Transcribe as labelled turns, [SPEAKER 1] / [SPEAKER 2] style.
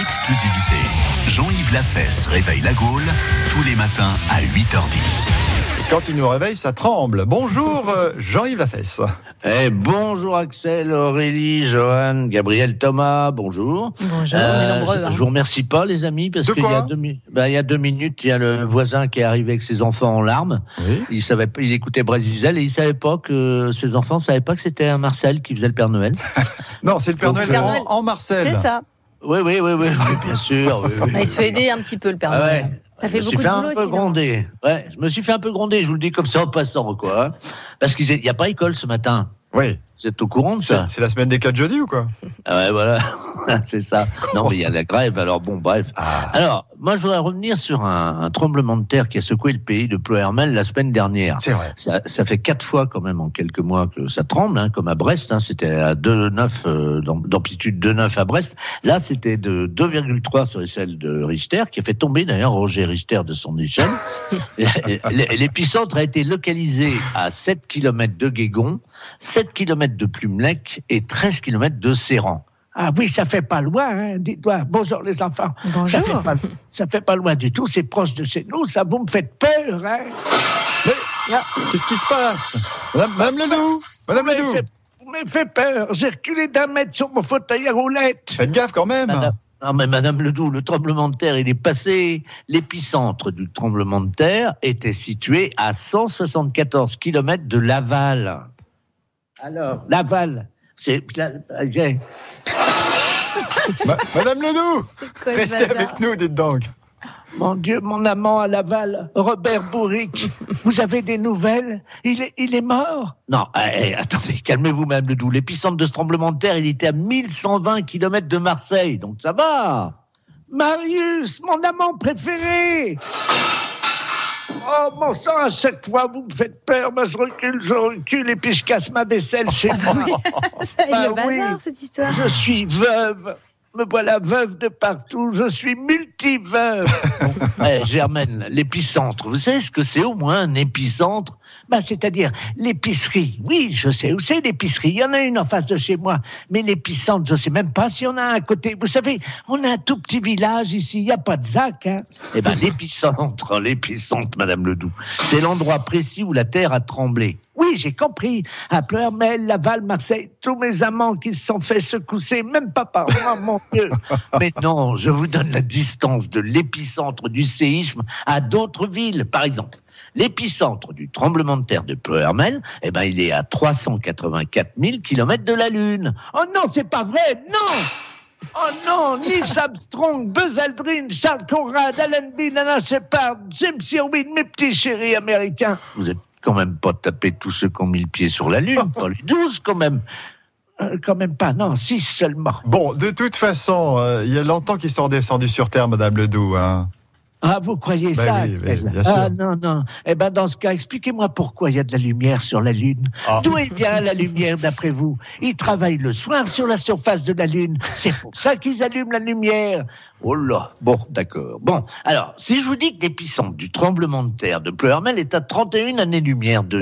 [SPEAKER 1] exclusivité. Jean-Yves Lafesse réveille la Gaule tous les matins à 8h10.
[SPEAKER 2] Quand il nous réveille, ça tremble. Bonjour euh, Jean-Yves Lafesse.
[SPEAKER 3] Eh, bonjour Axel, Aurélie, Johan, Gabriel, Thomas, bonjour. Euh,
[SPEAKER 4] Bonjour, on est nombreux.
[SPEAKER 3] je,
[SPEAKER 4] hein.
[SPEAKER 3] je vous remercie pas les amis parce
[SPEAKER 2] De
[SPEAKER 3] qu'il y, a
[SPEAKER 2] quoi
[SPEAKER 3] deux mi- bah, il y a deux minutes, il y a le voisin qui est arrivé avec ses enfants en larmes.
[SPEAKER 2] Oui.
[SPEAKER 3] Il savait, pas- il écoutait Brésisel et il savait pas que ses enfants savaient pas que c'était un Marcel qui faisait le Père Noël.
[SPEAKER 2] Non, c'est le Père
[SPEAKER 3] Donc,
[SPEAKER 2] Noël
[SPEAKER 4] Père
[SPEAKER 2] en,
[SPEAKER 4] Noël.
[SPEAKER 2] en Marcel.
[SPEAKER 4] C'est ça.
[SPEAKER 3] Oui, oui, oui, oui, oui, bien sûr. oui, oui,
[SPEAKER 4] Bah, il se
[SPEAKER 3] oui.
[SPEAKER 4] fait aider un petit peu le Père
[SPEAKER 3] Ah
[SPEAKER 4] Noël.
[SPEAKER 3] ouais.
[SPEAKER 4] Ça fait
[SPEAKER 3] je me
[SPEAKER 4] beaucoup
[SPEAKER 3] suis
[SPEAKER 4] de
[SPEAKER 3] fait un
[SPEAKER 4] boulot
[SPEAKER 3] peu
[SPEAKER 4] aussi. non
[SPEAKER 3] gronder. Ouais, je me suis fait un peu gronder, je vous le dis comme ça en passant, quoi. hein. Parce qu'il n'y a pas école ce matin.
[SPEAKER 2] Oui.
[SPEAKER 3] Vous êtes au courant de
[SPEAKER 2] C'est
[SPEAKER 3] ça
[SPEAKER 2] c'est la semaine des 4 jeudis ou quoi
[SPEAKER 3] Ah Ouais, voilà. C'est ça. Non, mais il y a la grève, alors bon, bref.
[SPEAKER 2] Ah,
[SPEAKER 3] Alors, moi, je voudrais revenir sur un, un tremblement de terre qui a secoué le pays de Ploërmel la semaine dernière.
[SPEAKER 2] c'est vrai.
[SPEAKER 3] Ça, ça fait quatre fois quand même en quelques mois que ça tremble, hein, comme à Brest. hein, c'était à 2,9 euh, d'am- d'amplitude 2,9 à Brest. Là, c'était de 2,3 sur l'échelle de Richter, qui a fait tomber d'ailleurs Roger Richter de son échelle. Et- et- et L'épicentre a été localisé à 7 km de Guégon, 7 km de Plumelec et 13 km de Séran. Ah oui, ça fait pas loin, hein, dites-moi. Bonjour les enfants. Ça fait,
[SPEAKER 4] Bonjour.
[SPEAKER 3] pas, ça fait pas loin du tout, c'est proche de chez nous, ça vous me faites peur, hein
[SPEAKER 2] Eh, Qu'est-ce qui se passe Madame, Madame Ledoux Madame
[SPEAKER 3] Vous
[SPEAKER 2] Ledoux
[SPEAKER 3] m'avez fait- vous m'avez fait peur, j'ai reculé d'un mètre sur mon fauteuil à roulettes.
[SPEAKER 2] Faites gaffe quand même
[SPEAKER 3] Madame, non mais Madame Ledoux, le tremblement de terre, il est passé. L'épicentre du tremblement de terre était situé à 174 km de Laval. Alors, Laval, c'est... la- la-
[SPEAKER 2] Ma- Madame Ledoux
[SPEAKER 4] Quoi, ce
[SPEAKER 2] Restez
[SPEAKER 4] bazar
[SPEAKER 2] avec nous, dites donc.
[SPEAKER 3] Mon Dieu, mon amant à Laval, Robert Bourric, vous avez des nouvelles il est, il est mort Non, eh, eh, attendez, calmez-vous, Madame Ledoux. L'épicentre de ce tremblement de terre, il était à 1120 km de Marseille, donc ça va. Marius, mon amant préféré Oh, mon sang, à chaque fois, vous me faites peur. Moi, je recule, je recule, et puis je casse ma vaisselle chez moi. Bah
[SPEAKER 4] Ça, il est bazar
[SPEAKER 3] oui.
[SPEAKER 4] cette histoire.
[SPEAKER 3] Je suis veuve. Me voilà veuve de partout. Je suis multiveuve. Eh, Germaine, l'épicentre. Vous savez ce que c'est au moins un épicentre bah, C'est-à-dire l'épicerie. Oui, je sais où c'est l'épicerie. Il y en a une en face de chez moi. Mais l'épicentre, je ne sais même pas s'il y en a un à côté. Vous savez, on a un tout petit village ici. Il n'y a pas de ZAC. Hein eh bien, l'épicentre, l'épicentre, Madame Ledoux. C'est l'endroit précis où la terre a tremblé. Oui, j'ai compris. À Pleurmel, Laval, Marseille, tous mes amants qui se sont fait secousser, même pas par moi, mon Dieu. Mais non, je vous donne la distance de l'épicentre du séisme à d'autres villes, par exemple. L'épicentre du tremblement de terre de Pleurmel, eh ben, il est à 384 000 km de la Lune. Oh non, c'est pas vrai, non! Oh non, Niels Armstrong, Buzz Aldrin, Charles Conrad, Alan Bean, Alain Shepard, James Irwin, mes petits chéris américains. Vous êtes quand même pas tapé tous ceux qui ont mis le pied sur la lune, pas les 12 quand même. Euh, quand même pas, non, 6 seulement.
[SPEAKER 2] Bon, de toute façon, euh, il y a longtemps qu'ils sont redescendus sur Terre, Madame Ledoux. Hein.
[SPEAKER 3] Ah, vous croyez
[SPEAKER 2] Bah
[SPEAKER 3] ça,
[SPEAKER 2] oui,
[SPEAKER 3] Axel
[SPEAKER 2] bah, bien
[SPEAKER 3] Ah
[SPEAKER 2] sûr.
[SPEAKER 3] non, non. Eh ben dans ce cas, expliquez-moi pourquoi il y a de la lumière sur la lune.
[SPEAKER 2] Ah.
[SPEAKER 3] D'où elle vient la lumière, d'après vous Ils travaillent le soir sur la surface de la lune. C'est pour ça qu'ils allument la lumière. Oh là, bon, d'accord. Bon, alors, si je vous dis que l'épicentre du tremblement de terre de Pleurmel est à 31 années-lumière de